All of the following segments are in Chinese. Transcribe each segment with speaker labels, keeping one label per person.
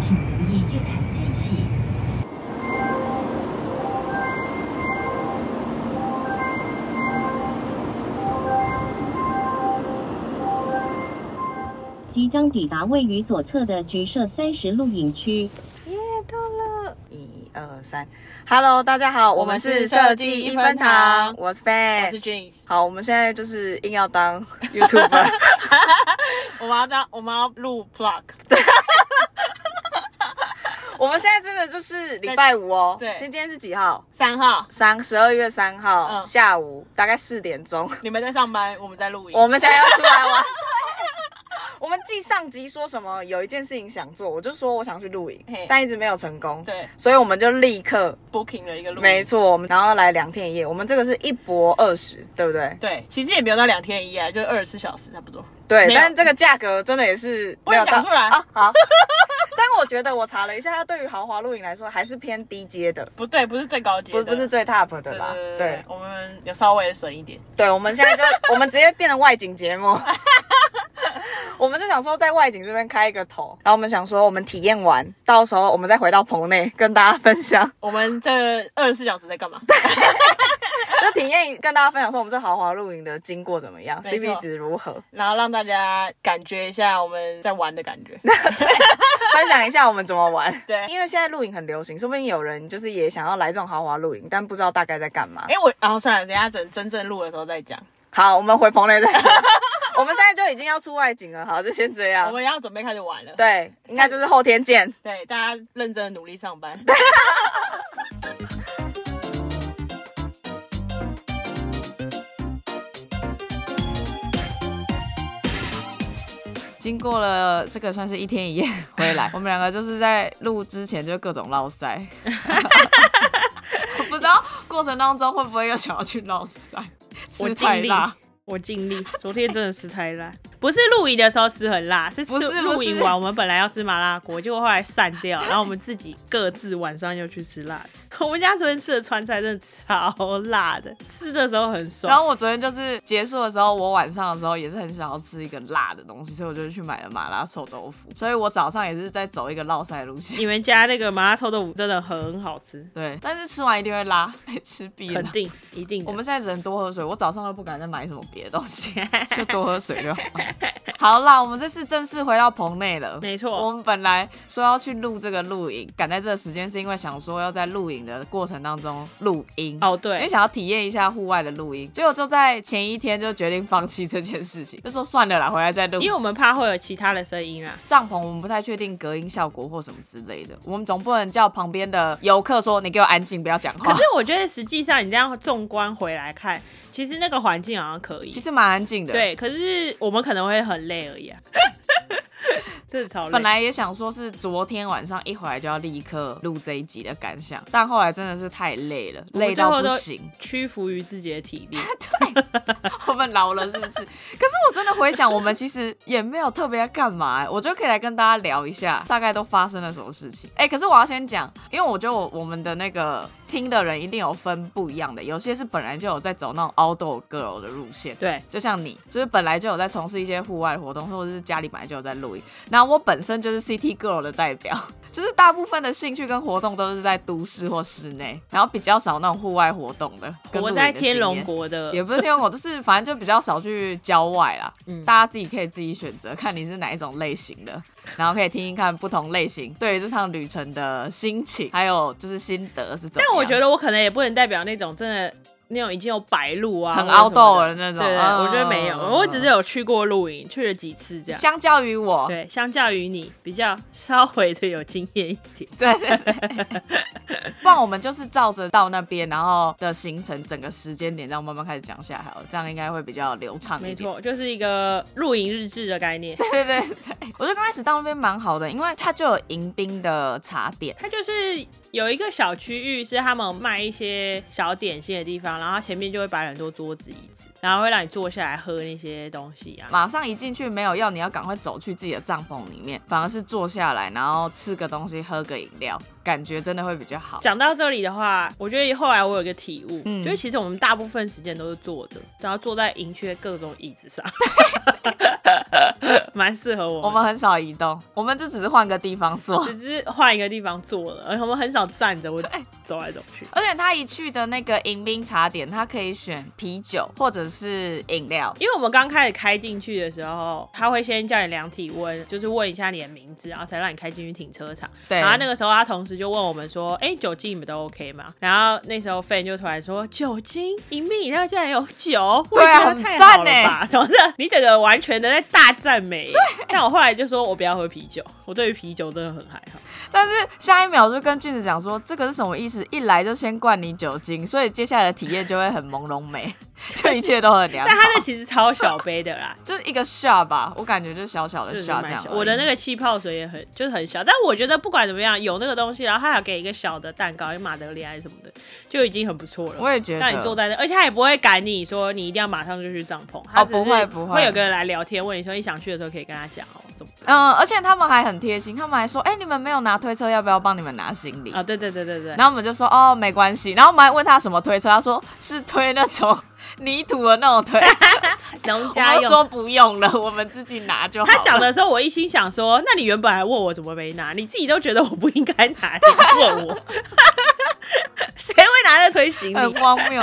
Speaker 1: 请留意月台间隙。即将抵达位于左侧的橘社三十录影区。
Speaker 2: 耶，到了！一二三，Hello，大家好，我们是设计一分堂，我是
Speaker 3: 我是
Speaker 2: Fan。
Speaker 3: Jeans，
Speaker 2: 好，我们现在就是硬要当 YouTuber，
Speaker 3: 我们要当我们要录 plug，
Speaker 2: 我们现在真的就是礼拜五哦。
Speaker 3: 对
Speaker 2: 今天是几号？
Speaker 3: 三号，
Speaker 2: 三，十二月三号
Speaker 3: 嗯
Speaker 2: 下午大概四点钟，
Speaker 3: 你们在上班，我们在录音。
Speaker 2: 我们现在要出来 玩。我们继上集说什么有一件事情想做，我就说我想去露营
Speaker 3: 嘿，
Speaker 2: 但一直没有成功。
Speaker 3: 对
Speaker 2: 所以我们就立刻
Speaker 3: booking 了一个录音，
Speaker 2: 没。错，我们然后来两天一夜，我们这个是一博二十，对不对？
Speaker 3: 对，其实也没有到两天一夜啊，就二十四小时差不多。
Speaker 2: 对，
Speaker 3: 没有
Speaker 2: 但这个价格真的也是
Speaker 3: 不
Speaker 2: 没有到
Speaker 3: 能讲出来
Speaker 2: 啊。好， 但我觉得我查了一下，它对于豪华露营来说还是偏低阶的，
Speaker 3: 不对，不是最高级
Speaker 2: 不
Speaker 3: 的，
Speaker 2: 不是最 top 的
Speaker 3: 对
Speaker 2: 啦。
Speaker 3: 对
Speaker 2: 对
Speaker 3: 对，我们有稍微省一点。
Speaker 2: 对，我们现在 就我们直接变成外景节目。 我们就想说，在外景这边开一个头，然后我们想说，我们体验完，到时候我们再回到棚内跟大家分享，
Speaker 3: 我们这二十四小时在干嘛？
Speaker 2: 就体验跟大家分享说我们这豪华露营的经过怎么样
Speaker 3: 没错
Speaker 2: ，CP 值如何，
Speaker 3: 然后让大家感觉一下我们在玩的感觉。
Speaker 2: 分享一下我们怎么玩。
Speaker 3: 对
Speaker 2: 因为现在露营很流行，说不定有人就是也想要来这种豪华露营，但不知道大概在干嘛。
Speaker 3: 哎，我然后算了，等一下等真正录的时候再讲。
Speaker 2: 好，我们回棚内再 说。我们现在就已经要出外景了，好，就先这
Speaker 3: 我
Speaker 2: 样。
Speaker 3: 们要准备开始玩了。
Speaker 2: 对，应该就是后天见。
Speaker 3: 对，大家认真努力上班。
Speaker 4: 经过了这个算是一天一夜 回来，我们两个就是在录之前就各种闹塞，我不知道过程当中会不会又想要去闹塞，
Speaker 5: 我
Speaker 4: 吃
Speaker 5: 尽
Speaker 4: 太
Speaker 5: 力
Speaker 4: 辣。，
Speaker 5: 我尽力。昨天真的吃太辣，不是露营的时候吃很辣，是
Speaker 4: 不是
Speaker 5: 吃
Speaker 4: 不是
Speaker 5: 露营完我们本来要吃麻辣锅，结果后来散掉，然后我们自己各自晚上又去吃辣的。 我们家昨天吃的川菜真的超辣的，吃的时候很爽。
Speaker 4: 然后我昨天就是结束的时候，我晚上的时候也是很想要吃一个辣的东西，所以我就去买了麻辣臭豆腐。所以我早上也是在走一个烙塞路线。
Speaker 5: 你们家那个麻辣臭豆腐真的很好吃，
Speaker 4: 对，但是吃完一定会拉，被吃逼了
Speaker 5: 肯。定一定的。
Speaker 4: 我们现在只能多喝水，我早上都不敢再买什么别的东西， 就多喝水 就好。好啦，我们这次正式回到棚内了。
Speaker 5: 没错
Speaker 4: 我们本来说要去录这个录影，赶在这个时间是因为想说要在录影的过程当中录音。
Speaker 5: 哦
Speaker 4: 因为
Speaker 5: 对，
Speaker 4: 想要体验一下户外的录音，结果就在前一天就决定放弃这件事情，就说算了啦，回来再录。
Speaker 5: 因为我们怕会有其他的声音啊。
Speaker 4: 帐篷我们不太确定隔音效果或什么之类的，我们总不能叫旁边的游客说你给我安静，不要讲话
Speaker 5: 可是。我觉得实际上你这样纵观回来看，其实那个环境好像可以
Speaker 4: 其。实蛮安静的，
Speaker 5: 对，可是我们可能会很累而 已啊。真的超累。
Speaker 4: 本来也想说是昨天晚上一回来就要立刻录这一集的感想，但后来真的是太累了，
Speaker 5: 我们
Speaker 4: 累到
Speaker 5: 最后
Speaker 4: 不
Speaker 5: 都
Speaker 4: 行。
Speaker 5: 屈服于自己的体力。
Speaker 4: 啊 我们老了是不是？可是我真的回想，我们其实也没有特别要干嘛、欸我觉得可以来跟大家聊一下，大概都发生了什么事情。哎、可是我要先讲，因为我觉得我我们的那个听的人一定有分不一样的，有些是本来就有在走那种 outdoor girl 的路线，
Speaker 5: 对，
Speaker 4: 就像你，就是本来就有在从事一些户外活动，或者是家里本来就有在露营。然后我本身就是 City Girl 的代表， 就是大部分的兴趣跟活动都是在都市或室内，然后比较少那种户外活动的。跟露
Speaker 5: 我
Speaker 4: 营
Speaker 5: 在
Speaker 4: 的
Speaker 5: 天
Speaker 4: 经
Speaker 5: 龙
Speaker 4: 验
Speaker 5: 国的，
Speaker 4: 也不是天龙国，就是反正就比较少去郊外啦。大家自己可以自己选择，看你是哪一种类型的，然后可以听听看不同类型对于这趟旅程的心情，还有就是心得是怎么样。
Speaker 5: 但我觉得我可能也不能代表那种真的那种已经有白鹿啊，
Speaker 4: 很
Speaker 5: 或者什么
Speaker 4: outdoor
Speaker 5: 的
Speaker 4: 的那种
Speaker 5: 对，对
Speaker 4: 嗯
Speaker 5: 我觉得没有，
Speaker 4: 嗯嗯
Speaker 5: 我只是有去过露营，去了几次这样。
Speaker 4: 相较于我，
Speaker 5: 对，相较于你比较稍微的有经验一点，
Speaker 4: 对对对， 不然我们就是照着到那边，然后的行程整个时间点，这样慢慢开始讲下来好了，这样应该会比较流畅一
Speaker 5: 没
Speaker 4: 点。
Speaker 5: 错，就是一个露营日志的概念。
Speaker 4: 对对对对，我觉得刚开始到那边蛮好的，因为它就有迎宾的茶点，
Speaker 5: 它就是有一个小区域是他们有卖一些小点心的地方，然后前面就会摆很多桌子椅子，然后会让你坐下来喝那些东西啊。
Speaker 4: 马上一进去没有要你要赶快走去自己的帐篷里面，反而是坐下来，然后吃个东西，喝个饮料，感觉真的会比较好。
Speaker 5: 讲到这里的话，我觉得后来我有一个体悟，
Speaker 4: 嗯
Speaker 5: 就是其实我们大部分时间都是坐着，然后坐在营区的各种椅子上，蛮 蛮适合我
Speaker 4: 我们很少移动，我们就只是换个地方坐。
Speaker 5: 只是换一个地方坐了，而且我们很少站着，我走来走去。
Speaker 4: 而且他一去的那个迎宾茶点，他可以选啤酒或者是饮料。
Speaker 5: 因为我们刚开始开进去的时候，他会先叫你量体温，就是问一下你的名字，然后才让你开进去停车场。
Speaker 4: 对
Speaker 5: 然后那个时候，他同时就问我们说：“哎、酒精你们都 OK 吗？”然后那时候 f a n 就突然说：“酒精，饮品饮料竟然有酒，
Speaker 4: 对啊
Speaker 5: 我也觉得
Speaker 4: 很
Speaker 5: 太好
Speaker 4: 赞
Speaker 5: 了吧？
Speaker 4: 欸
Speaker 5: 什么的，你整个完全的在大赞美。”但我后来就说我不要喝啤酒，我对于啤酒真的很还好。
Speaker 4: 但是下一秒就跟俊子讲说，这个是什么意思？一来就先灌你酒精，所以接下来的体验就会很朦胧美， 就一切都很良好
Speaker 5: 但。他那其实超小杯的啦，
Speaker 4: 就是一个 shot 吧，我感觉就是小小的嗯
Speaker 5: 就是
Speaker 4: shot 这
Speaker 5: 蛮
Speaker 4: 样
Speaker 5: 呃小。
Speaker 4: 而已。
Speaker 5: 我的那个气泡水也很就是很小，但我觉得不管怎么样，有那个东西，然后他还给一个小的蛋糕，马德里还是什么的，就已经很不错了。
Speaker 4: 我也觉得
Speaker 5: 让你坐在那，而且他也不会赶你说你一定要马上就去帐篷，他
Speaker 4: 哦
Speaker 5: 只是
Speaker 4: 不会不会
Speaker 5: 会有个人来聊天，问你说你想去的时候可以跟他讲哦什么的。
Speaker 4: 嗯，而且他们还很贴心，他们还说，哎、你们没有拿推车，要不要帮你们拿行李？
Speaker 5: 啊，对对对对对，
Speaker 4: 然后我们就说哦，没关系。然后我们还问他什么推车，他说是推那种泥土的那种推车。
Speaker 5: 农
Speaker 4: 我
Speaker 5: 家
Speaker 4: 们就
Speaker 5: 用
Speaker 4: 说不用了，我们自己拿就好了。
Speaker 5: 他讲的时候，我一心想说，那你原本还问我怎么没拿，你自己都觉得我不应该拿，你 还问我， 谁会拿那推行
Speaker 4: 很
Speaker 5: 李？
Speaker 4: 荒谬，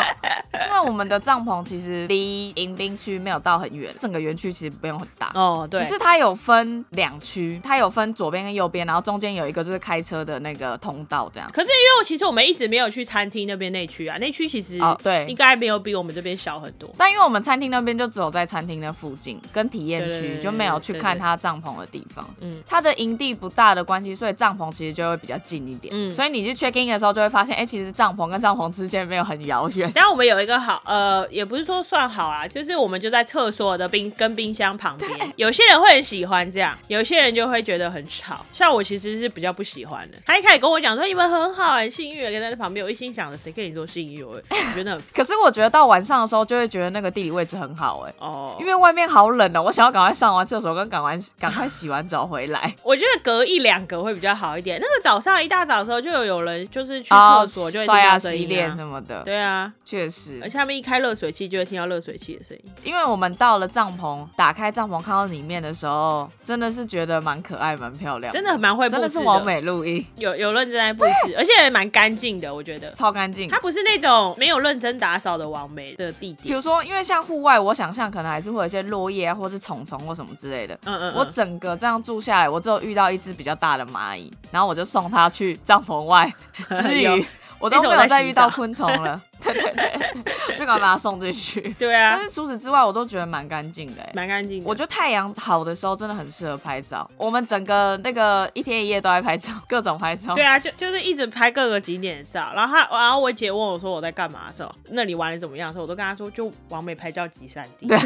Speaker 4: 因为我们的帐篷其实离迎宾区没有到很远，整个园区其实没有很大。
Speaker 5: 哦，对
Speaker 4: 只，是它有分两区，它有分左边跟右边，然后中间有一个就是开车的那个通道，这样。
Speaker 5: 可是因为其实我们一直没有去餐厅那边那区啊，那区其实
Speaker 4: 哦对
Speaker 5: 应该没有比我们这边小很多。
Speaker 4: 但因为我们餐厅那边就只有在餐厅的附近跟体验
Speaker 5: 对对对
Speaker 4: 区，
Speaker 5: 对
Speaker 4: 就没有去
Speaker 5: 对对
Speaker 4: 看它帐篷的地方。
Speaker 5: 嗯
Speaker 4: 嗯，它的营地不大的关系，所以帐篷其实就会比较近一点。
Speaker 5: 嗯
Speaker 4: 嗯，所以你去 check in 的时候就会发现，哎、其实帐篷跟帐篷之间没有很遥远。
Speaker 5: 但我们有一个好，呃，也不是说算好啊，就是我们就在厕所的冰跟冰箱旁边。有些人会很喜欢这样，有些人就会觉得很吵。像我其实是比较不喜欢的。他一开始跟我讲说你们很好，很幸运，跟在旁边，我一心想着谁跟你说 幸运，我觉得很
Speaker 4: 可是我觉得到晚上的时候，就会觉得那个地理位置很好、哎。
Speaker 5: 哦。
Speaker 4: 因。为外面好冷哦，我想要赶快上完厕所，跟赶快赶快洗完澡回来
Speaker 5: 我觉得隔一两个会比较好一点。那个早上一大早的时候就有有人就是 去
Speaker 4: 哦
Speaker 5: 厕所就会听
Speaker 4: 刷牙、
Speaker 5: 到声
Speaker 4: 洗
Speaker 5: 音、
Speaker 4: 脸
Speaker 5: 啊，
Speaker 4: 什么的，
Speaker 5: 对啊，
Speaker 4: 确
Speaker 5: 而
Speaker 4: 实。
Speaker 5: 且他们一开热水器就会听到热水器的声音。
Speaker 4: 因为我们到了帐篷，打开帐篷看到里面的时候，真的是觉得蛮可爱、蛮漂亮，
Speaker 5: 真的蛮会布
Speaker 4: 嗯真
Speaker 5: 置
Speaker 4: 的是完美录音，
Speaker 5: 有有认真在布置，而且蛮干净的，我觉得。
Speaker 4: 超干净
Speaker 5: 它。不是那种没有认真打扫的完美的地
Speaker 4: 比
Speaker 5: 点
Speaker 4: 如。说，因为像户外，我想象可能还是会有一些落叶啊，或是虫虫或什么之类的。
Speaker 5: 嗯嗯嗯
Speaker 4: 我整个这样住下来，我只有遇到一只比较大的蚂蚁，然后我就送它去帐篷 外。至
Speaker 5: 有
Speaker 4: 于我都
Speaker 5: 那时候
Speaker 4: 没
Speaker 5: 我在
Speaker 4: 有再
Speaker 5: 洗
Speaker 4: 遇到
Speaker 5: 澡
Speaker 4: 昆虫了，对对对，就赶快把它送进去。
Speaker 5: 对 啊
Speaker 4: 但，是除此之外，我都觉得蛮干净的、欸。
Speaker 5: 蛮干净的。
Speaker 4: 我觉得太阳好的时候真的很适合拍照。我们整个那个一天一夜都在拍照，各种拍照。
Speaker 5: 对啊，就就是一直拍各个景点的照，然后他，然后我姐问我说我在干嘛的时候，那里玩的怎么样的时候，我都跟她说就完美拍照集散地。
Speaker 4: 对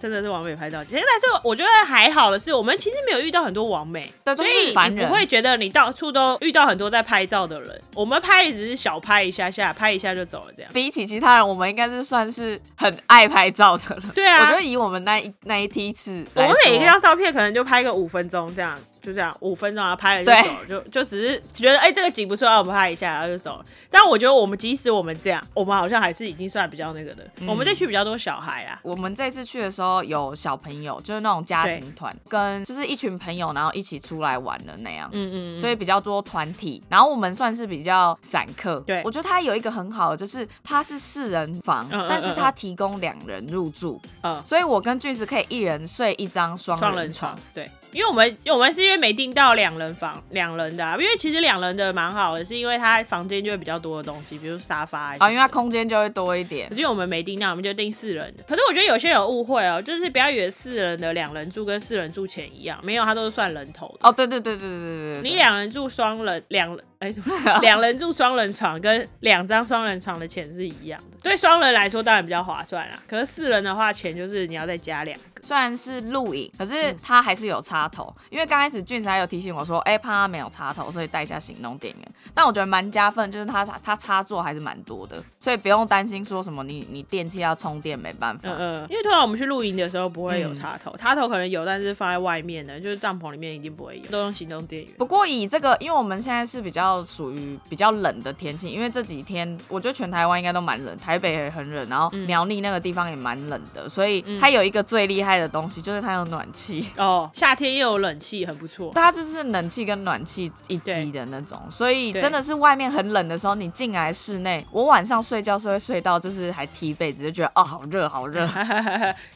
Speaker 5: 真的是完美拍照集。但是我觉得还好的是，我们其实没有遇到很多完美，
Speaker 4: 对都
Speaker 5: 所
Speaker 4: 是
Speaker 5: 以
Speaker 4: 凡
Speaker 5: 你
Speaker 4: 人
Speaker 5: 不会觉得你到处都遇到很多在拍照的人。我们拍也只是小拍一下下，拍一下就走了这样。
Speaker 4: 比起其他人，我们应该是算是很爱拍照的了。
Speaker 5: 对啊
Speaker 4: 我觉得以我们那一那一梯次
Speaker 5: 我
Speaker 4: 来
Speaker 5: 们
Speaker 4: 说，
Speaker 5: 每一张照片可能就拍个五分钟这样，就这样五分钟，然后拍了就
Speaker 4: 对
Speaker 5: 走了，就就只是觉得哎、这个景不错，让我们拍一下，然后就走了。但我觉得我们即使我们这样，我们好像还是已经算比较那个的。
Speaker 4: 嗯
Speaker 5: 我们这区比较多小孩啊，
Speaker 4: 我们这次去的时候有小朋友，就是那种家庭团，跟就是一群朋友，然后一起出来玩的那样。
Speaker 5: 嗯嗯，
Speaker 4: 所以比较多团体，然后我们算是比较散客。
Speaker 5: 对
Speaker 4: 我觉得它有一个很好的，就是它是四人房，
Speaker 5: 嗯嗯
Speaker 4: 但是它提供两人入住，
Speaker 5: 嗯
Speaker 4: 所以我跟巨石可以一人睡一张双
Speaker 5: 双人
Speaker 4: 哦人
Speaker 5: 床，对。因为我们我们是因为没订到两人房两人的、啊，因为其实两人的蛮好的，是因为他房间就会比较多的东西，比如沙发啊
Speaker 4: 啊，因为它空间就会多一点
Speaker 5: 可。是因为我们没订到，我们就订四人的。可是我觉得有些人误会哦，就是不要以为四人的两人住跟四人住钱一样，没有，它都是算人头的。
Speaker 4: 哦，对对对对对对对对，
Speaker 5: 你两人住双人两哎什 么两人住双人床跟两张双人床的钱是一样的，对双人来说当然比较划算啦。可是四人的话，钱就是你要再加两个。
Speaker 4: 虽然是录影，可是它还是有插头，因为刚开始俊才有提醒我说，哎、怕它没有插头，所以带一下行动电源。但我觉得蛮加分，就是它它插座还是蛮多的，所以不用担心说什么你你电器要充电没办法。
Speaker 5: 嗯嗯，因为通常我们去露营的时候不会有
Speaker 4: 嗯
Speaker 5: 插头，插头可能有，但是放在外面的，就是帐篷里面一定不会有，都用行动电源。
Speaker 4: 不过以这个，因为我们现在是比较属于比较冷的天气，因为这几天我觉得全台湾应该都蛮冷，台北也很冷，然后苗栗那个地方也蛮冷的，所以它有一个最厉害害的东西，就是它有暖气。
Speaker 5: 哦，夏天又有冷气，很不错。
Speaker 4: 它就是冷气跟暖气一机的那种，所以
Speaker 5: 对
Speaker 4: 真的是外面很冷的时候，你进来室内，我晚上睡觉是会睡到就是还踢被子，就觉得哦好热好热，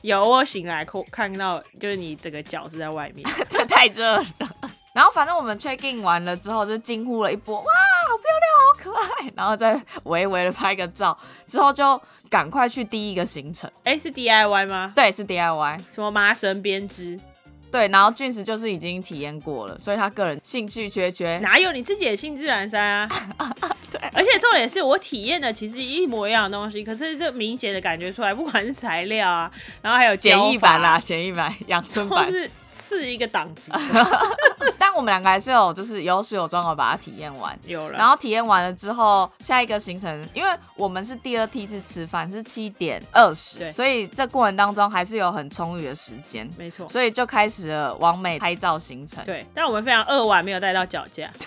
Speaker 5: 有我醒来看看到，就是你整个脚是在 外面，
Speaker 4: 这太热了。然后反正我们 check in 完了之后，就惊呼了一波，哇，好漂亮，好可爱，然后再微微的拍个照，之后就赶快去第一个行程，
Speaker 5: 哎、是 DIY 吗？
Speaker 4: 对，是 DIY，
Speaker 5: 什么麻绳编织？
Speaker 4: 对，然后俊石就是已经体验过了，所以他个人兴趣缺缺，
Speaker 5: 哪有你自己也兴致阑珊啊？
Speaker 4: 对
Speaker 5: 而且重点是我体验的其实一模一样的东西，可是这明显的感觉出来，不管是材料啊，然后还有
Speaker 4: 简易
Speaker 5: 教法
Speaker 4: 版啦，，简易版阳春
Speaker 5: 或
Speaker 4: 版，
Speaker 5: 是次一个档 级
Speaker 4: 但我们两个还是有就是有始有终的把它体验完。
Speaker 5: 有了。
Speaker 4: 然后体验完了之后，下一个行程，因为我们是第二梯次吃饭，是七点二十，
Speaker 5: 对
Speaker 4: 所以这过程当中还是有很充裕的时间，
Speaker 5: 没错，
Speaker 4: 所以就开始了完美拍照行程，
Speaker 5: 对，但我们非常扼腕，没有带到脚架。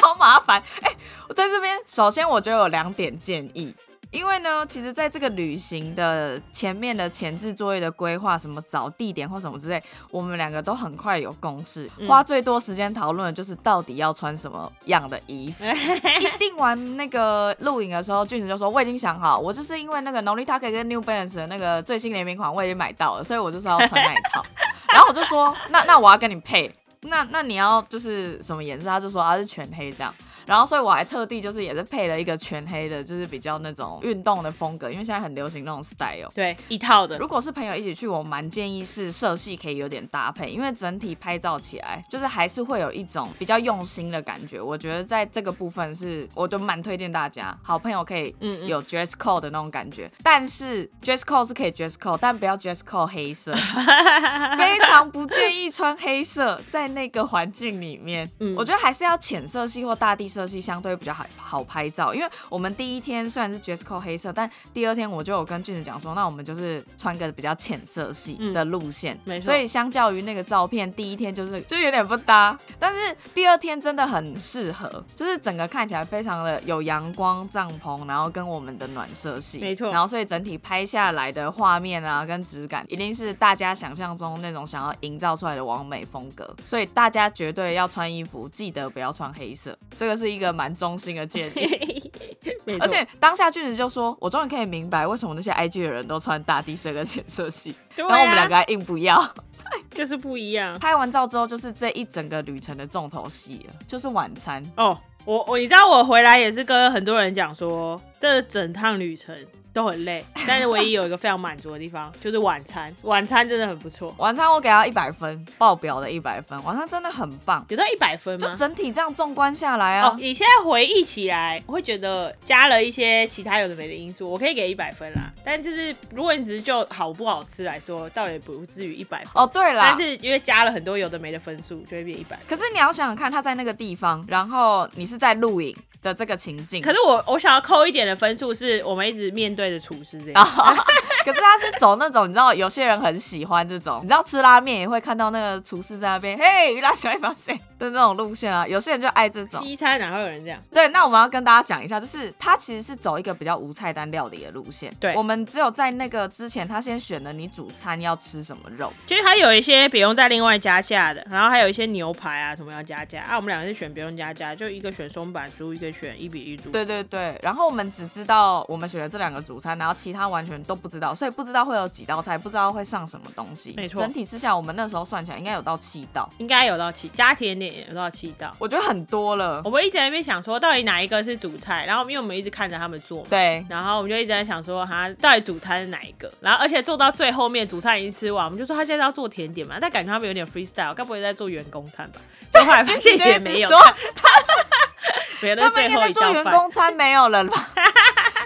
Speaker 4: 超麻烦。哎、我在这边，首先我就有两点建议。因为呢，其实在这个旅行的前面的前置作业的规划，什么找地点或什么之类，我们两个都很快有共识。花最多时间讨论的就是到底要穿什么样的衣服。一定完那个录影的时候，俊子就说我已经想好，我就是因为那个 n o l i t a k 跟 New Balance 的那个最新联名款我已经买到了，所以我就是要穿那一套。然后我就说，那那我要跟你配，那那你要就是什么颜色？他就说他是全黑这样。然后，所以我还特地就是也是配了一个全黑的，就是比较那种运动的风格，因为现在很流行那种 style。
Speaker 5: 对，一套的
Speaker 4: 如果是朋友一起去，我蛮建议是色系可以有点搭配，因为整体拍照起来就是还是会有一种比较用心的感觉。我觉得在这个部分是，我就蛮推荐大家，好朋友可以
Speaker 5: 嗯嗯
Speaker 4: 有 dress code 的那种感觉，但是 dress code 是可以 dress code，但不要 dress code 黑色，非常不建议穿黑色在那个环境里面。
Speaker 5: 嗯
Speaker 4: 我觉得还是要浅色系或大地色系相对比较好好拍照，因为我们第一天虽然是 dress code 黑色，但第二天我就有跟俊子讲说，那我们就是穿个比较浅色系的路线，
Speaker 5: 嗯没错
Speaker 4: 所以相较于那个照片，第一天就是就有点不搭，但是第二天真的很适合，就是整个看起来非常的有阳光帐篷，然后跟我们的暖色系，
Speaker 5: 没错
Speaker 4: 然后所以整体拍下来的画面啊跟质感，一定是大家想象中那种想要营造出来的完美风格，所以大家绝对要穿衣服，记得不要穿黑色， 这个是一个蛮中心的建 议。
Speaker 5: 没错，
Speaker 4: 而且当下俊子就说：“我终于可以明白为什么那些 IG 的人都穿大地色跟浅色系，
Speaker 5: 对
Speaker 4: 然后我们
Speaker 5: 啊
Speaker 4: 两个还硬不要。”
Speaker 5: 就是不一样
Speaker 4: 拍完照之后，就是这一整个旅程的重头戏了，就是晚餐。
Speaker 5: 哦。我我你知道我回来也是跟很多人讲说，这整趟旅程都很累，但是唯一有一个非常满足的地方就是晚餐，晚餐真的很不错，
Speaker 4: 晚餐我给他一百分，爆表的一百分，晚餐真的很棒。
Speaker 5: 有到一百分
Speaker 4: 就
Speaker 5: 吗？
Speaker 4: 整体这样纵观下来啊，
Speaker 5: 哦，你现在回忆起来，会觉得加了一些其他有的没的因素，我可以给一百分啦。但就是如果你只是就好不好吃来说，倒也不至于一百分。
Speaker 4: 哦对啦
Speaker 5: 但，是因为加了很多有的没的分数，就会变一百。
Speaker 4: 可是你要想想看，他在那个地方，然后你是在录影的这个情境，
Speaker 5: 可是我我想要扣一点的分数，是我们一直面对着厨师这样。
Speaker 4: 啊 可是他是走那种，你知道有些人很喜欢这种，你知道吃拉面也会看到那个厨师在那边，嘿，鱼拉小一把塞的那种路线啊，有些人就爱这种。
Speaker 5: 西餐哪会有人这样？
Speaker 4: 对，那我们要跟大家讲一下，就是它其实是走一个比较无菜单料理的路线。
Speaker 5: 对
Speaker 4: 我们只有在那个之前，他先选了你主餐要吃什么肉，
Speaker 5: 就是它有一些别用再另外加价的，然后还有一些牛排啊什么要加价啊。我们两个是选别用加价，就一个选松板猪，一个选一比一猪。
Speaker 4: 对对对，然后我们只知道我们选了这两个主餐，然后其他完全都不知道，所以不知道会有几道菜，不知道会上什么东西。
Speaker 5: 没错
Speaker 4: 整体之下，我们那时候算起来应该有到七道，
Speaker 5: 应该有到七，加甜点也有到七道。
Speaker 4: 我觉得很多了
Speaker 5: 我。们一直在那边想说，到底哪一个是主菜？然后因为我们一直看着他们做嘛，
Speaker 4: 对，
Speaker 5: 然后我们就一直在想说，哈，到底主餐是哪一个？然后而且做到最后面，主餐已经吃完，我们就说他现在要做甜点嘛，但感觉他们有点 freestyle，该不会在做员工餐吧？就后来发现 也没有
Speaker 4: 说，
Speaker 5: 没有， 那
Speaker 4: 他们
Speaker 5: 是最
Speaker 4: 应该
Speaker 5: 后
Speaker 4: 在
Speaker 5: 一
Speaker 4: 做
Speaker 5: 道
Speaker 4: 员
Speaker 5: 饭。
Speaker 4: 工餐没有了 吧？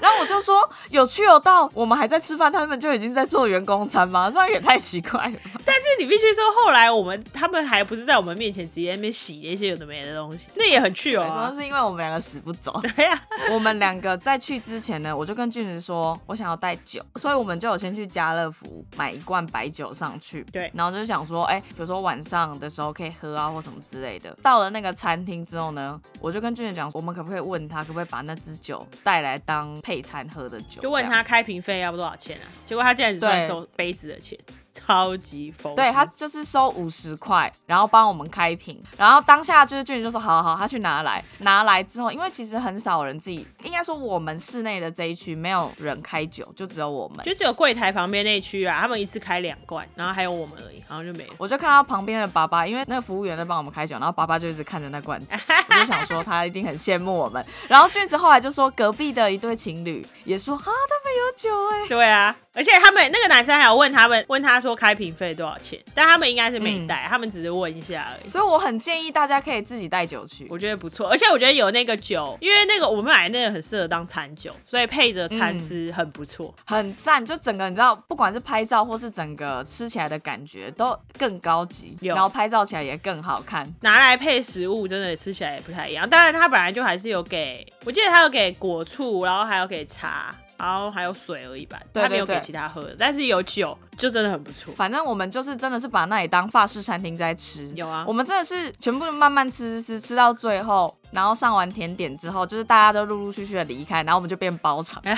Speaker 4: 然后我就说有去有到，我们还在吃饭，他们就已经在做员工餐吗？这样也太奇怪了吧。
Speaker 5: 但是你必须说，后来我们他们还不是在我们面前直接在那边洗那些有的没的东西，那也很趣哦、
Speaker 4: 主 要是因为我们两个死不走。
Speaker 5: 哎呀，
Speaker 4: 我们两个在去之前呢，我就跟俊子说，我想要带酒，所以我们就有先去家乐福买一罐白酒上去。
Speaker 5: 对
Speaker 4: 然后就想说，哎、比如说晚上的时候可以喝啊，或什么之类的。到了那个餐厅之后呢，我就跟俊子讲，我们可不可以问他，可不可以把那支酒带来当配餐喝的酒？
Speaker 5: 就问
Speaker 4: 这样
Speaker 5: 他开瓶费要多少钱啊？结果他竟然只算
Speaker 4: 对
Speaker 5: 收杯子的钱，超级疯。
Speaker 4: 对他就是收五十块，然后帮我们开瓶，然后当下就是俊宇就说好好好，他去拿来，拿来之后，因为其实很少人自己，应该说我们室内的这一区没有人开酒，就只有我们。
Speaker 5: 就只有柜台旁边那区啊，他们一次开两罐，然后还有我们而已，好像就没了。
Speaker 4: 我就看到旁边的爸爸，因为那个服务员在帮我们开酒，然后爸爸就一直看着那罐子，我就想说他一定很羡慕我们。然后俊子后来就说隔壁的一对情侣也说哈，他们有酒哎、
Speaker 5: 对啊，而且他们那个男生还有问他们，问他说开瓶费多少钱，但他们应该是没带，他们只是问一下而已。
Speaker 4: 嗯所以我很建议大家可以自己带酒去。
Speaker 5: 我觉得不错，而且我觉得有那个酒，因为那个我们买的那个很适合当餐酒，所以配着
Speaker 4: 嗯
Speaker 5: 餐吃很不错。
Speaker 4: 很赞，就整个你知道，不管是拍照或是整个吃起来的感觉都更高级，
Speaker 5: 有
Speaker 4: 然后拍照起来也更好看。
Speaker 5: 拿来配食物，真的吃起来也不太一样。当然，它本来就还是有给，我记得它有给果醋，然后还有给茶，然后还有水而已吧，
Speaker 4: 对
Speaker 5: 它没有
Speaker 4: 对
Speaker 5: 给
Speaker 4: 对
Speaker 5: 其他喝的，但是有酒就真的很不错。
Speaker 4: 反正我们就是真的是把那里当法式餐厅在吃，
Speaker 5: 有啊
Speaker 4: 我们真的是全部慢慢吃吃吃吃到最后，然后上完甜点之后，就是大家都陆陆续续的离开，然后我们就变包 场，然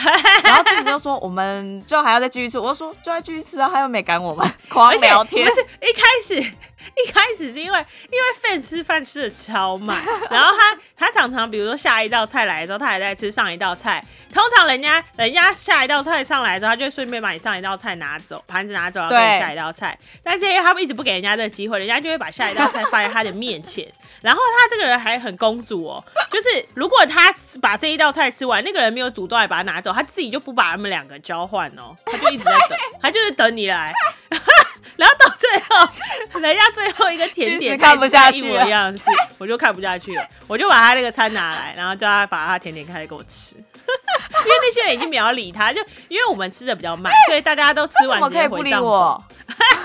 Speaker 4: 后俊子就说我们就还要再继续吃，我就说就再继续吃啊，他又没赶我们，狂
Speaker 5: 而且
Speaker 4: 聊天
Speaker 5: 不，是一开始，一开始是因为因为 f a n 吃饭吃的超 慢，然后他他常常比如说下一道菜来的时候，他还在吃上一道菜。通常人家人家下一道菜上来的时候，他就会顺便把你上一道菜拿走，盘子拿走，然后
Speaker 4: 对
Speaker 5: 给你下一道菜。但是因为他们一直不给人家这个机会，人家就会把下一道菜放在他的面前。然后他这个人还很公主哦， 就是如果他把这一道菜吃完，那个人没有主动来把它拿走，他自己就不把他们两个交换哦，他就一直在 等，他就是等你来。然后到最后，人家最后一个 甜
Speaker 4: 巨石
Speaker 5: 点
Speaker 4: 看不下去
Speaker 5: 一模一样的事，我就看不下去了，我就把他那个餐拿来，然后叫他把他甜点开始给我吃，因 为那些人已经没有理他，就因为我们吃的比较 慢，所以大家都吃
Speaker 4: 怎
Speaker 5: 完
Speaker 4: 么
Speaker 5: 直
Speaker 4: 可以
Speaker 5: 接
Speaker 4: 不
Speaker 5: 回
Speaker 4: 理
Speaker 5: 帐篷，
Speaker 4: 我？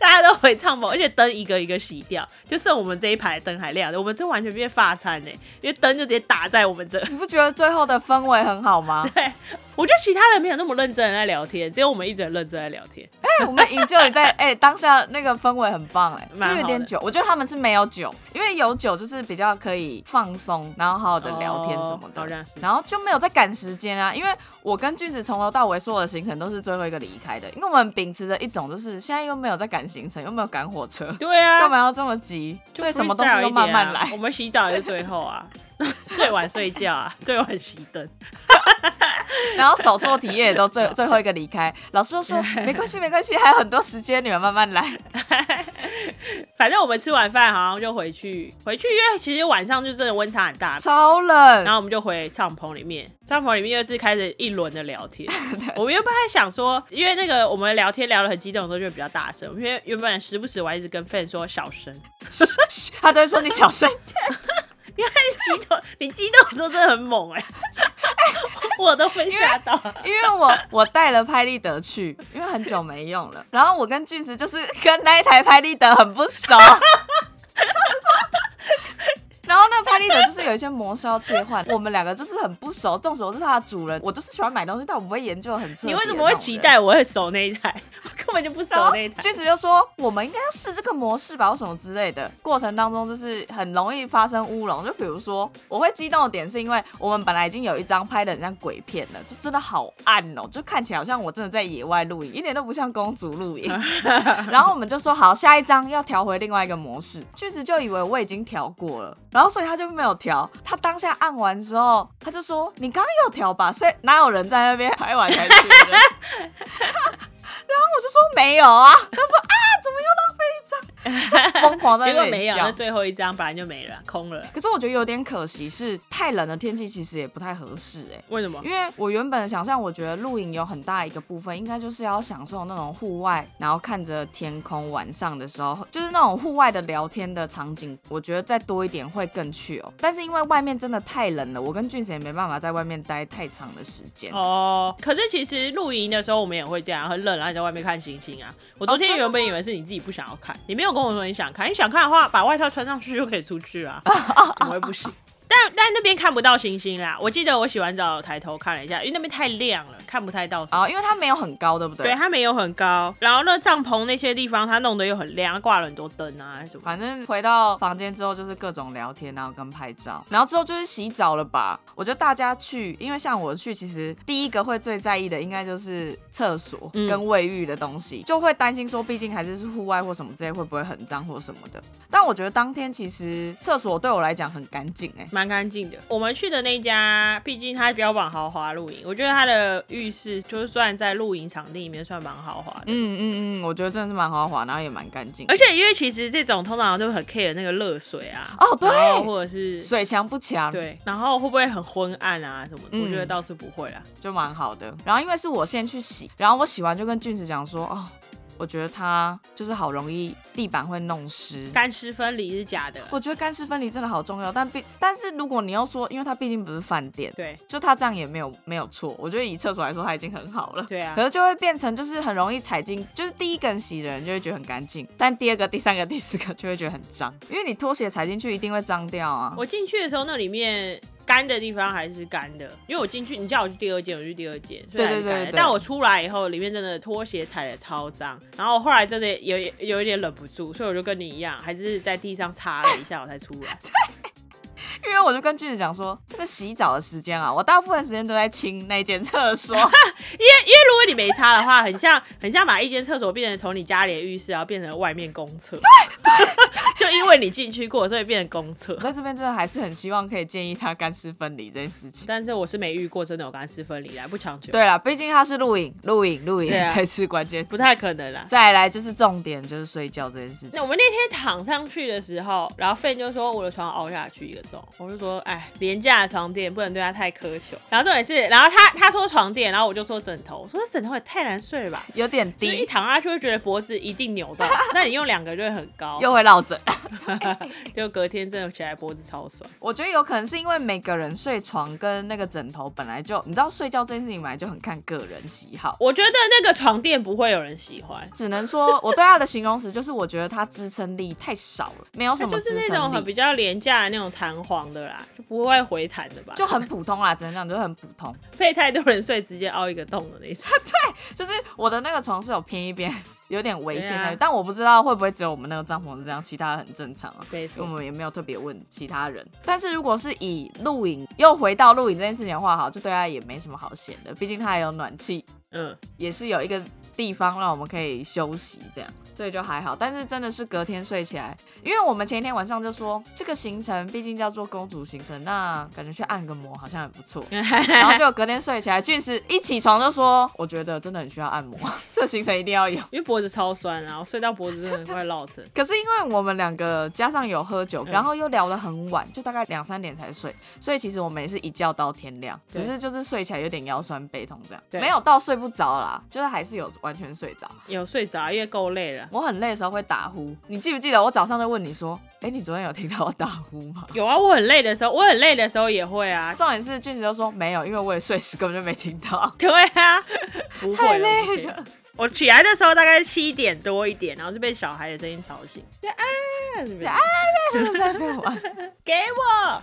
Speaker 5: 大家都回帐篷，而且灯一个一个熄掉，就剩我们这一排灯还亮着，我们这完全变发餐呢、因为灯就直接打在我们这。
Speaker 4: 你不觉得最后的氛围很好吗？
Speaker 5: 对，我觉得其他人没有那么认真地在聊天，只有我们一直很认真地在聊天。
Speaker 4: 哎、 我们营救也在哎、当下那个氛围很棒哎、
Speaker 5: 蛮好
Speaker 4: 就
Speaker 5: 的
Speaker 4: 有点酒，我觉得他们是没有酒，因为有酒就是比较可以放松，然后好好的聊天什么的，
Speaker 5: 哦好像是
Speaker 4: 然后就没有在赶时间啊，因为我跟俊子从头到尾所有的行程都是最后一个离开的，因为我们秉持着一种就是现在又没有在赶行程，又没有赶火车，
Speaker 5: 对 啊，
Speaker 4: 干嘛要这么急？
Speaker 5: 就
Speaker 4: 所以什么东西
Speaker 5: freestyle
Speaker 4: 都
Speaker 5: 一点
Speaker 4: 慢慢
Speaker 5: 啊
Speaker 4: 来。
Speaker 5: 我们洗澡也是最后啊， 最晚睡觉啊， 最晚熄灯。
Speaker 4: 然后手做体验也都最最后一个离开，老师就 说没关系没关系，还有很多时间，你们慢慢来。
Speaker 5: 反正我们吃完饭好像就回去，回去因为其实晚上就真的温差很大。
Speaker 4: 超冷，
Speaker 5: 然后我们就回帐篷里面，帐篷里面又是开始一轮的聊 天。我们原本还想说，因为那个我们聊天聊得很激动的时候就比较大声，因为原本时不时我还一直跟 fan 说小声，
Speaker 4: 他都会说你小声一点
Speaker 5: 因为激动， 你激动的时候真的很猛 哎、我都被吓到。
Speaker 4: 因为我我带了拍立得去，因为很久没用了。然后我跟俊石就是跟那一台拍立得很不熟。 然后那拍立得就是有一些磨烧切换，我们两个就是很不熟。纵使我是它的主人，我就是喜欢买东西，但我不会研究得很彻底。
Speaker 5: 你为什么会期？待我会熟那一台？我根本就不熟
Speaker 4: 然后
Speaker 5: 那一台。
Speaker 4: 俊石就说：“我们应该要试这个模式吧，或什么之类的。”过程当中就是很容易发生乌龙。就比如说，我会激动的点是因为我们本来已经有一张拍的很像鬼片了，就真的好暗哦， 就看起来好像我真的在野外露营，一点都不像公主露营。然后我们就说好，下一张要调回另外一个模式。句子就以为我已经调过了，然后所以他就没有调。他当下按完之后，他就说：“你刚刚有调吧？谁哪有人在那边拍完才去的？”然后我就说没有啊，他说啊，怎么又浪费一张？ 他疯狂在
Speaker 5: 结
Speaker 4: 那
Speaker 5: 果
Speaker 4: 里
Speaker 5: 没有，
Speaker 4: 叫
Speaker 5: 那最后一张本来就没了，空了。
Speaker 4: 可是我觉得有点可惜，是太冷的天气其实也不太合适哎、
Speaker 5: 为什么？
Speaker 4: 因为我原本的想象，我觉得露营有很大一个部分，应该就是要享受那种户外，然后看着天空，晚上的时候就是那种户外的聊天的场景，我觉得再多一点会更去哦。但是因为外面真的太冷了，我跟俊贤也没办法在外面待太长的时间。
Speaker 5: 哦，可是其实露营的时候我们也会这样，很冷，然后你在外面看星星啊。我昨
Speaker 4: 哦真
Speaker 5: 天
Speaker 4: 的
Speaker 5: 原本以为是你自己不想 要看，你没有跟我说你想看，你想看的话，把外套穿上去就可以出去啊，怎么会不行？但但那边看不到星星啦。我记得我洗完澡抬头看了一下，因为那边太亮了，看不太到。
Speaker 4: 啊，因为它没有很高，对不对？
Speaker 5: 对，，它没有很高，然后那帐篷那些地方它弄得又很亮，挂了很多灯啊，什么。
Speaker 4: 反正回到房间之后就是各种聊天，然后跟拍照，然后之后就是洗澡了吧？我觉得大家去，因为像我去，其实第一个会最在意的应该就是厕所
Speaker 5: 嗯
Speaker 4: 跟卫浴的东西，就会担心说，毕竟还是是户外或什么之类，会不会很脏或什么的。但我觉得当天其实厕所对我来讲很干净哎、
Speaker 5: 蛮干净的。我们去的那家，毕竟它标榜豪华露营，我觉得它的浴室就是算在露营场地里面算蛮豪华的。
Speaker 4: 嗯嗯嗯，我觉得真的是蛮豪华，然后也蛮干净的。
Speaker 5: 而且因为其实这种通常就很 care 那个热水啊，
Speaker 4: 哦对
Speaker 5: 然后或者是
Speaker 4: 水强不强？，
Speaker 5: 对，然后会不会很昏暗啊什么的？
Speaker 4: 嗯
Speaker 5: 我觉得倒是不会啦。
Speaker 4: 就蛮好的。然后因为是我先去洗，然后我洗完就跟俊子讲说，哦，我觉得它就是好容易地板会弄湿。
Speaker 5: 干湿分离是假的，
Speaker 4: 我觉得干湿分离真的好重要，但毕但是如果你要说，因为它毕竟不是饭店，
Speaker 5: 对
Speaker 4: 就它这样也没有没有错。我觉得以厕所来说，它已经很好了。
Speaker 5: 对啊
Speaker 4: 可，是就会变成就是很容易踩进，就是第一个人洗的人就会觉得很干净，但第二个、第三个、第四个就会觉得很脏，因为你拖鞋踩进去一定会脏掉啊。
Speaker 5: 我进去的时候那里面。干的地方还是干的，因为我进去，你叫我去第二间，我去第二间，虽然
Speaker 4: 对对
Speaker 5: 是干的
Speaker 4: 对对
Speaker 5: 但我出来以后，里面真的拖鞋踩的超脏，然后我后来真的有有一点忍不住，所以我就跟你一样，还是在地上擦了一下，我才出 来。
Speaker 4: 因为我就跟俊子讲说，这个洗澡的时间啊，我大部分时间都在清那间厕所。
Speaker 5: 因为因为如果你没擦的话，很像很像把一间厕所变成从你家里的浴室，然后变成外面公厕。 就因为你进去过，所以变成公厕
Speaker 4: 我。在这边真的还是很希望可以建议他干湿分离这件事情。
Speaker 5: 但是我是没遇过真的有干湿分离啦，不强求，
Speaker 4: 对啦，毕竟他是录影，录影，录影
Speaker 5: 对啊
Speaker 4: 才是关键词。
Speaker 5: 不太可能啊啦。
Speaker 4: 再来就是重点，就是睡觉这件事
Speaker 5: 那
Speaker 4: 情。
Speaker 5: 我们那天躺上去的时候，然后 Fan 就说我的床凹下去一个洞，我就说哎，廉价的床垫不能对它太苛求。然后重点是，然后他他说床垫，然后我就说枕头，我说这枕头也太难睡了吧。
Speaker 4: 有点
Speaker 5: 就是一
Speaker 4: 低，
Speaker 5: 躺下去会觉得脖子一定扭 到，那你用两个就会很高，
Speaker 4: 又会落枕。
Speaker 5: 就隔天真的起来脖子超酸。
Speaker 4: 我觉得有可能是因为每个人睡床跟那个枕头本来就，你知道睡觉这件事情本来就很看个人喜好。
Speaker 5: 我觉得那个床垫不会有人喜欢，
Speaker 4: 只能说我对它的形容词就是，我觉得它支撑力太少了，没有什
Speaker 5: 它
Speaker 4: 么
Speaker 5: 就是
Speaker 4: 支
Speaker 5: 那种
Speaker 4: 撑
Speaker 5: 很比
Speaker 4: 力，
Speaker 5: 较廉价的那种弹簧的啦，就不会回弹的吧？
Speaker 4: 就很普通啦，只能讲就很普通。
Speaker 5: 配太多人睡，直接凹一个洞的那种。
Speaker 4: 就是我的那个床是有偏一边， 有点危险的，
Speaker 5: 对啊
Speaker 4: 但我不知道会不会只有我们那个帐篷是这样，其他很正常啊。
Speaker 5: 没
Speaker 4: 因为我
Speaker 5: 错，
Speaker 4: 们也没有特别问其他人。但是如果是以露营又回到露营这件事情的话，好，就对它也没什么好闲的，毕竟它还有暖气，
Speaker 5: 嗯，
Speaker 4: 也是有一个地方让我们可以休息，这样，所以就还好。但是真的是隔天睡起来，因为我们前一天晚上就说这个行程毕竟叫做公主行程，那感觉去按个摩好像很不 错。然后就隔天睡起来，俊石一起床就说，我觉得真的很需要按摩，这行程一定要有。
Speaker 5: 因为脖子超酸，然后睡到脖子真的快落枕。
Speaker 4: 可是因为我们两个加上有喝
Speaker 5: 嗯
Speaker 4: 酒，然后又聊得很晚，就大概两三点才睡，所以其实我们也是一觉到天亮，
Speaker 5: 对
Speaker 4: 只是就是睡起来有点腰酸背痛这样，
Speaker 5: 对
Speaker 4: 没有到睡不着啦，就是还是有完全睡着。
Speaker 5: 有睡着，因为够累了。
Speaker 4: 我很累的时候会打呼，你记不记得我早上就问你说，哎、你昨天有听到我打呼吗？
Speaker 5: 有啊，我很累的时候，我很累的时候也会啊。
Speaker 4: 重点是俊子就说没有，因为我也睡死，根本就没听到。
Speaker 5: 对啊，不
Speaker 4: 太
Speaker 5: 会了
Speaker 4: 累
Speaker 5: 我不会了。我起来的时候大概七点多一点，然后就被小孩的声音吵醒，就啊，是不是
Speaker 4: 啊在被玩，
Speaker 5: 给我，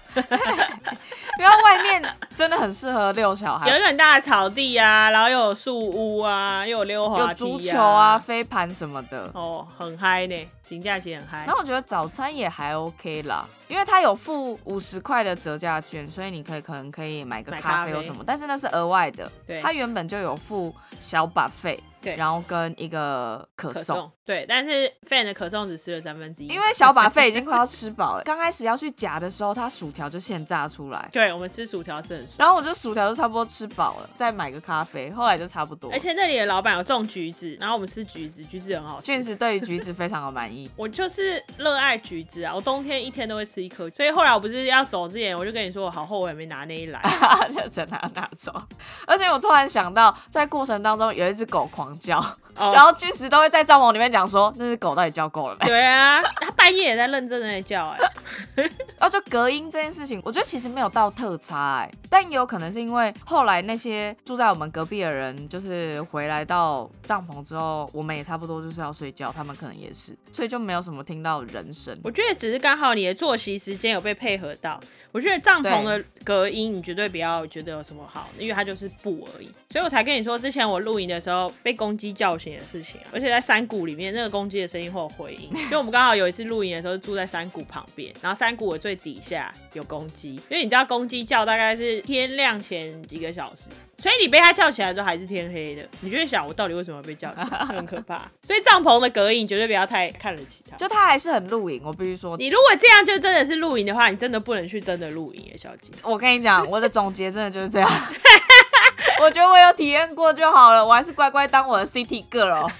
Speaker 4: 因为外面真的很适合遛小
Speaker 5: 有一
Speaker 4: 孩，
Speaker 5: 个很大的草地啊，然后又有树屋啊，又有溜滑
Speaker 4: 有
Speaker 5: 梯、
Speaker 4: 足球啊、，飞盘什么的。
Speaker 5: 哦，很嗨呢，请假期很嗨
Speaker 4: 然。后我觉得早餐也还 OK 啦，因为它有付五十块的折价券，所以你可以可能可以买个
Speaker 5: 买
Speaker 4: 咖
Speaker 5: 咖
Speaker 4: 啡或
Speaker 5: 啡
Speaker 4: 什么，但是那是额外的。
Speaker 5: 对
Speaker 4: 它原本就有付小把费，
Speaker 5: 对
Speaker 4: 然后跟一个可
Speaker 5: 可
Speaker 4: 颂。
Speaker 5: 颂对，但是 fan 的可颂只吃了三分之一，
Speaker 4: 因为小把费已经快要吃饱了， 刚开始要去夹的时候，它薯条就现炸出来，
Speaker 5: 对我们吃薯条是很爽，
Speaker 4: 然后我就薯条就差不多吃饱了，再买个咖啡，后来就差不多了
Speaker 5: 而。且那里的老板有种橘子，然后我们吃橘子，橘子很好吃，
Speaker 4: 俊。子对于橘子非常的满意
Speaker 5: 我就是热爱橘子啊，我冬天一天都会吃一颗，所以后来我不是要走之前，我就跟你说我好后悔没拿那一 篮，
Speaker 4: 就整拿拿走。而且我突然想到，在过程当中有一只狗狂叫。
Speaker 5: 哦
Speaker 4: 然后巨石都会在帐篷里面讲说，那只狗到底叫够了没？
Speaker 5: 对啊，他半夜也在认真的叫哎、
Speaker 4: 哦然后就隔音这件事情，我觉得其实没有到特差哎、但也有可能是因为后来那些住在我们隔壁的人，就是回来到帐篷之后，我们也差不多就是要睡觉，他们可能也是，所以就没有什么听到人声。
Speaker 5: 我觉得只是刚好你的作息时间有被配合到。我觉得帐篷的隔音你绝对不要觉得有什么好，因为它就是布而已。所以我才跟你说，之前我露营的时候被公鸡叫醒的事情啊、而且在山谷里面，那个公鸡的声音会有回音。就我们刚好有一次露营的时候住在山谷旁边，然后山谷的最底下有公鸡，因为你知道公鸡叫大概是天亮前几个小时，所以你被它叫起来之后还是天黑的，你就会想我到底为什么被叫醒，很可怕。所以帐篷的隔音绝对不要太看得起它。
Speaker 4: 就他还是很露营，我必须说，
Speaker 5: 你如果这样就真的是露营的话，你真的不能去真的露营耶，小姐。
Speaker 4: 我跟你讲，我的总结真的就是这样。 我觉得我有体验过就好了，我还是乖乖当我的 CT girl 哦。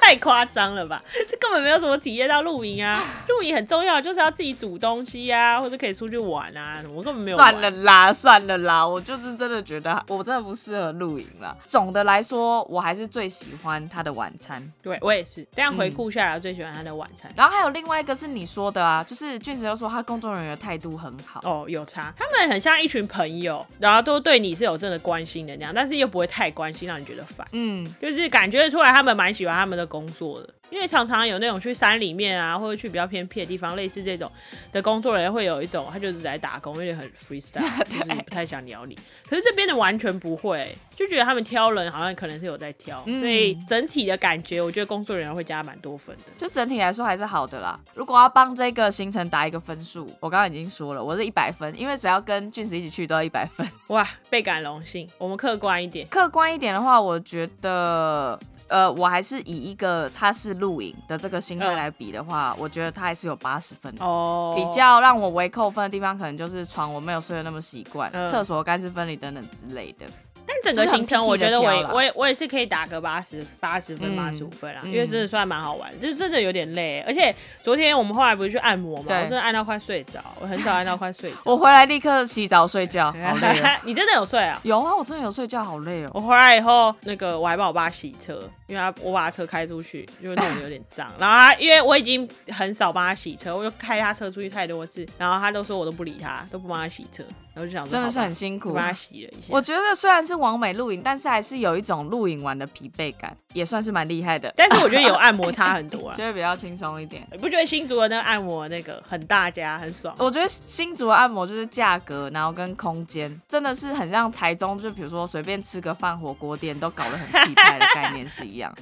Speaker 5: 太夸张了吧？ 这根本没有什么体验到露 营啊！露营很重要，就是要自己煮东西啊，或者可以出去玩啊，我根本没有玩。
Speaker 4: 哦算了啦，算了啦，我就是真的觉得我真的不适合露营啦。总的来说，我还是最喜欢他的晚餐。
Speaker 5: 对我也是，这样回顾下来，我最喜欢他的晚餐。
Speaker 4: 然后还有另外一个是你说的啊，就是俊石又说他工作人员的态度很好。
Speaker 5: 哦，有差，他们很像一群朋友，然后都对你是有真的关心的那样，但是又不会太关心，让你觉得烦。
Speaker 4: 嗯，
Speaker 5: 就是感觉得出来，他们蛮喜欢他们的工作的，因为常常有那种去山里面啊，或者去比较偏僻的地方，类似这种的工作人员会有一种，他就是在打工，有点很 freestyle，就是不太想聊你。可是这边的完全不会，就觉得他们挑人好像可能是有在挑，
Speaker 4: 嗯
Speaker 5: 所以整体的感觉，我觉得工作人员会加蛮多分的。
Speaker 4: 就整体来说还是好的啦。如果要帮这个行程打一个分数，我刚刚已经说了，我是一百分，因为只要跟俊石一起去都要一百分。
Speaker 5: 哇，倍感荣幸，我们客观一点。
Speaker 4: 客观一点的话，我觉得。呃，我还是以一个他是露营的这个心态
Speaker 5: 嗯
Speaker 4: 来比的话，我觉得他还是有八十分的
Speaker 5: 哦，
Speaker 4: 比较让我为扣分的地方，可能就是床我没有睡得那么习惯，
Speaker 5: 嗯
Speaker 4: 厕、所干湿分离等等之类 的。
Speaker 5: 但整个行程，我觉得我
Speaker 4: 就是很 picky 的挑啦
Speaker 5: 我也我也是可以打个八十八十分、
Speaker 4: 嗯
Speaker 5: 八十五分啦，
Speaker 4: 嗯
Speaker 5: 因为真的算蛮好玩，就是真的有点累。而且昨天我们后来不是去按摩嘛，
Speaker 4: 对
Speaker 5: 我真的按到快睡着，我很少按到快睡着。
Speaker 4: 我回来立刻洗澡睡觉，好 累哦。
Speaker 5: 你真的有睡啊？
Speaker 4: 有啊，我真的有睡觉，好累哦。
Speaker 5: 我回来以后，那个我还帮我爸洗车，因为他我把他车开出去，就弄得有点脏。 然后他因为我已经很少帮他洗车，我就开他车出去太多次，然后他都说我都不理他，都不帮他洗车，然后就想说
Speaker 4: 真的是
Speaker 5: 好吧
Speaker 4: 很辛苦
Speaker 5: 就帮他洗了一下
Speaker 4: 我。觉得虽然是完美露营，但是还是有一种露营完的疲惫感，也算是蛮厉害的，
Speaker 5: 但是我觉得有按摩差很多啊
Speaker 4: 就，会比较轻松一点。
Speaker 5: 你不觉得新竹的那个按摩那个很大家很爽？
Speaker 4: 我觉得新竹的按摩就是价格，然后跟空间，真的是很像台中，就比如说随便吃个饭火锅店都搞得很气派的概念是一 样。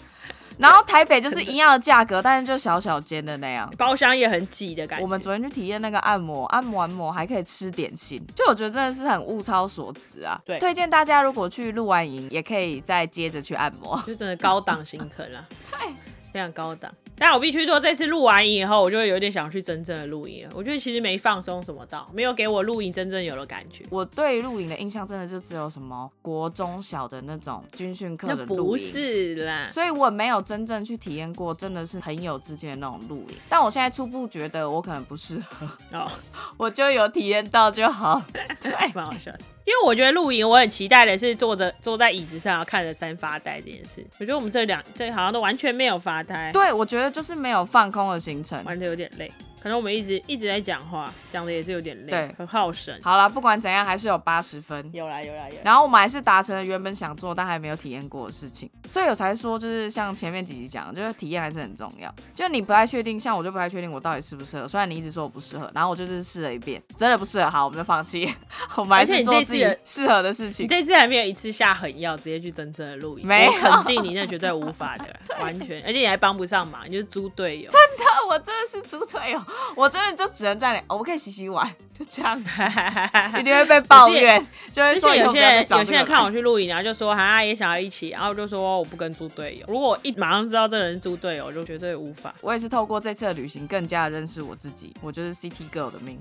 Speaker 4: 然后台北就是一样的价格，但是就小小间的那样。
Speaker 5: 包厢也很挤的感觉。
Speaker 4: 我们昨天去体验那个按摩，按摩完摩还可以吃点心，就我觉得真的是很物超所值啊！
Speaker 5: 对
Speaker 4: 推荐大家如果去露完营，也可以再接着去按 摩。
Speaker 5: 就真的高档行程啦，
Speaker 4: 对，
Speaker 5: 非常高档。但我必须说，这次录完营以后，我就有点想去真正的露营了。我觉得其实没放松什么到，没有给我露营真正有的感觉。
Speaker 4: 我对露营的印象真的就只有什么国中小的那种军训课
Speaker 5: 那
Speaker 4: 的露
Speaker 5: 不
Speaker 4: 营。
Speaker 5: 是啦，
Speaker 4: 所以我没有真正去体验过，真的是朋友之间的那种露营。但我现在初步觉得我可能不适合，
Speaker 5: 哦， 哎
Speaker 4: 我就有体验到就好。 对，
Speaker 5: 蛮好笑的。因为我觉得露营，我很期待的是坐着坐在椅子上，然后看着山发呆这件事。我觉得我们这两这好像都完全没有发呆，
Speaker 4: 对我觉得就是没有放空的行程。
Speaker 5: 玩的有点累。可能我们一直一直在讲话，讲的也是有点累，
Speaker 4: 对
Speaker 5: 很耗神。
Speaker 4: 好了，不管怎样还是有八十分。
Speaker 5: 有啦有啦有啦。
Speaker 4: 然后我们还是达成了原本想做但还没有体验过的事情，所以我才说，就是像前面几集讲的，就是体验还是很重要。就你不太确定，像我就不太确定我到底适不适合。虽然你一直说我不适合，然后我就是试了一遍，真的不适合，好，我们就放弃。 我们还
Speaker 5: 而且
Speaker 4: 是
Speaker 5: 你
Speaker 4: 做
Speaker 5: 这
Speaker 4: 自
Speaker 5: 次
Speaker 4: 己
Speaker 5: 的
Speaker 4: 适合的事
Speaker 5: 你
Speaker 4: 情。
Speaker 5: 这次还没有一次下狠药，直接去真正的露营，
Speaker 4: 没有
Speaker 5: 我肯定你那绝对无法的 啦，完全，而且你还帮不上忙，你就是猪队友。
Speaker 4: 真的，我真的是猪队友，我真的就只能在那里，哦我可以洗洗碗，就这样，一定会被抱怨，就会
Speaker 5: 之
Speaker 4: 说
Speaker 5: 前
Speaker 4: 以
Speaker 5: 有
Speaker 4: 后不
Speaker 5: 些
Speaker 4: 要再
Speaker 5: 人
Speaker 4: 找
Speaker 5: 有
Speaker 4: 这
Speaker 5: 些
Speaker 4: 个
Speaker 5: 人看我
Speaker 4: 人
Speaker 5: 去露营，然后就说啊也想要一起，然后我就说我不跟猪队友。如果我一马上知道这个人是猪队友，我就绝对无法。
Speaker 4: 我也是透过这次的旅行，更加认识我自己，我就是 CT girl 的命。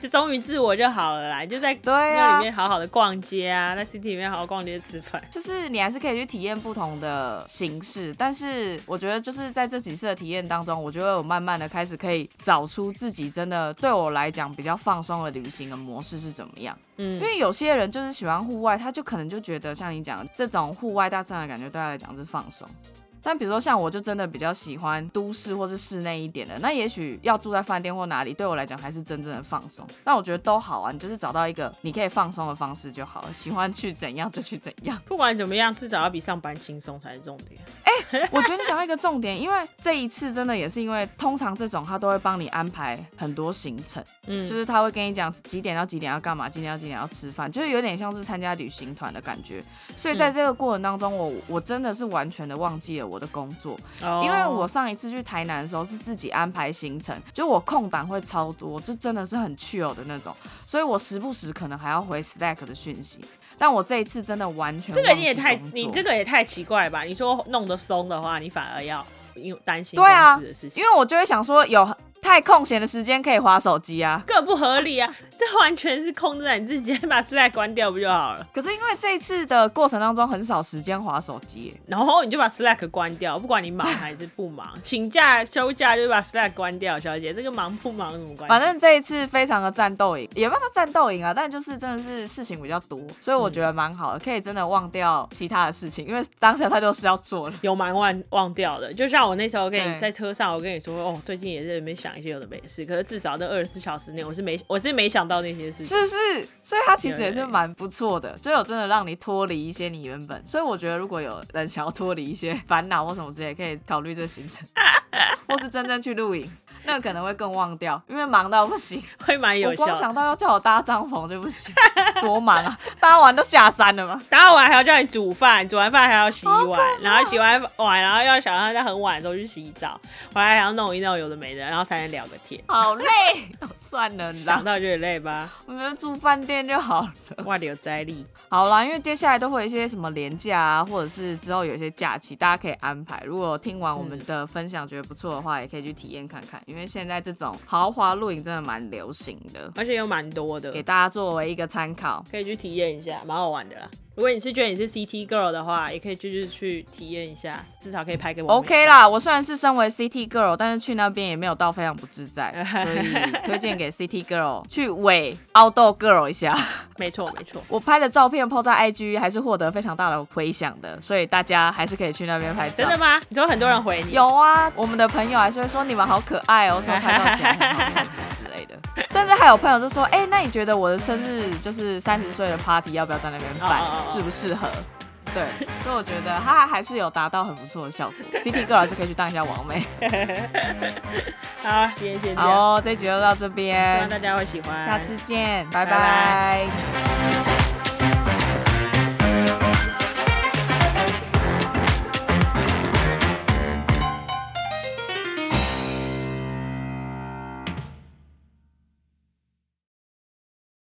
Speaker 5: 就忠于自我就好了啦，你就在
Speaker 4: 对啊
Speaker 5: 那里面好好的逛街啊，在 city 里面好好逛街吃饭。
Speaker 4: 就是你还是可以去体验不同的形式，但是我觉得就是在这几次的体验当中，我觉得我慢慢的开始可以找出自己真的对我来讲比较放松的旅行的模式是怎么样。
Speaker 5: 嗯
Speaker 4: 因为有些人就是喜欢户外，他就可能就觉得像你讲的这种户外大自然的感觉对他来讲是放松。但比如说像我就真的比较喜欢都市或是室内一点的，那也许要住在饭店或哪里，对我来讲还是真正的放松。但我觉得都好啊，你就是找到一个你可以放松的方式就好了，喜欢去怎样就去怎样。
Speaker 5: 不管怎么样，至少要比上班轻松才是重点。
Speaker 4: 我觉得你讲到一个重点，因为这一次真的也是因为，通常这种他都会帮你安排很多行程，
Speaker 5: 嗯，
Speaker 4: 就是他会跟你讲几点到几点要干嘛，几点到几点要吃饭，就是有点像是参加旅行团的感觉。所以在
Speaker 5: 嗯
Speaker 4: 这个过程当中，我我真的是完全的忘记了我的工作，
Speaker 5: 哦
Speaker 4: 因为我上一次去台南的时候是自己安排行程，就我空档会超多，就真的是很 chill 的那种，所以我时不时可能还要回 Slack 的讯息。但我这一次真的完全
Speaker 5: 这个你也
Speaker 4: 忘记
Speaker 5: 太
Speaker 4: 工，
Speaker 5: 你
Speaker 4: 作
Speaker 5: 这个也太奇怪了吧？你说弄得松的话，你反而要因为担心
Speaker 4: 对啊
Speaker 5: 公司的事，
Speaker 4: 因
Speaker 5: 情，
Speaker 4: 为我就会想说有太空闲的时间可以划手机啊。
Speaker 5: 更不合理啊！这完全是控制在你自己， 把 Slack 关掉不就好了？
Speaker 4: 可是因为这一次的过程当中很少时间划手机耶，
Speaker 5: 然后你就把 Slack 关掉，不管你忙还是不忙，请假休假就把 Slack 关掉，小姐，这个忙不忙有什么关系？
Speaker 4: 反正这一次非常的战斗营，也不知道战斗营啊，但就是真的是事情比较多，所以我觉得蛮好的，可以真的忘掉其他的事情，因为当下他就是要做了。
Speaker 5: 有蛮忘忘掉的，就像我那时候跟
Speaker 4: 对
Speaker 5: 你在车上，我跟你说，哦，最近也是没想一些有的没的事，可是至少那二十四小时内，我是没我是没想到那些事情。
Speaker 4: 是不是，所以它其实也
Speaker 5: 有
Speaker 4: 是
Speaker 5: 有有
Speaker 4: 蛮不错的，嗯就有真的让你脱离一些你原本。所以我觉得，如果有人想要脱离一些烦恼或什么之类，可以考虑这行程，或是真正去露营，那可能会更忘掉，因为忙到不行。
Speaker 5: 会蛮有
Speaker 4: 我
Speaker 5: 效
Speaker 4: 光想
Speaker 5: 的。
Speaker 4: 到要叫我搭帐篷就不行，多忙啊！搭完都下山了嘛。
Speaker 5: 打完还要叫你煮饭，煮完饭还要洗碗，然后洗完碗，然后要想要在很晚的时候去洗澡，回来还要弄一弄有的没的，然后才能聊个天。
Speaker 4: 好累，哦算了
Speaker 5: 想
Speaker 4: 啦，
Speaker 5: 到就很累 吧，
Speaker 4: 我们就住饭店就好了。
Speaker 5: 万有灾力。
Speaker 4: 好啦，因为接下来都会有一些什么廉价啊，或者是之后有一些假期，大家可以安排。如果听完我们的分享觉得不错的话，也可以去体验看看，因为现在这种豪华露营真的蛮流行的，
Speaker 5: 而且有蛮多的，
Speaker 4: 给大家作为一个参考。
Speaker 5: 可以去体验一下，蛮好玩的啦。如果你是觉得你是 CT girl 的话，也可以就是去体验一下，至少可以拍给我们
Speaker 4: OK 啦，我虽然是身为 CT girl，但是去那边也没有到非常不自在，所 以推荐给 CT girl 去伪 outdoor girl 一下。
Speaker 5: 没错，没错。
Speaker 4: 我拍的照片 PO 在 IG 还是获得非常大的回响的，所以大家还是可以去那边拍照。
Speaker 5: 真的吗？你知道很多人回你，
Speaker 4: 有啊，我们的朋友还是会说你们好可爱哦，说拍照起来很好看什么之类的。甚至还有朋友就说，哎、那你觉得我的生日就是三十岁的 party 要不要在那边办
Speaker 5: 哦哦哦
Speaker 4: 适不适合？对，所以我觉得它还是有达到很不错的效果。CT girl 还是可以去当一下王妹。
Speaker 5: 好，今天先这
Speaker 4: 好
Speaker 5: 样，
Speaker 4: 哦，这一集就到这
Speaker 5: 希望
Speaker 4: 边，
Speaker 5: 大家会喜欢。
Speaker 4: 下次见，
Speaker 5: 拜
Speaker 4: 拜拜
Speaker 5: 拜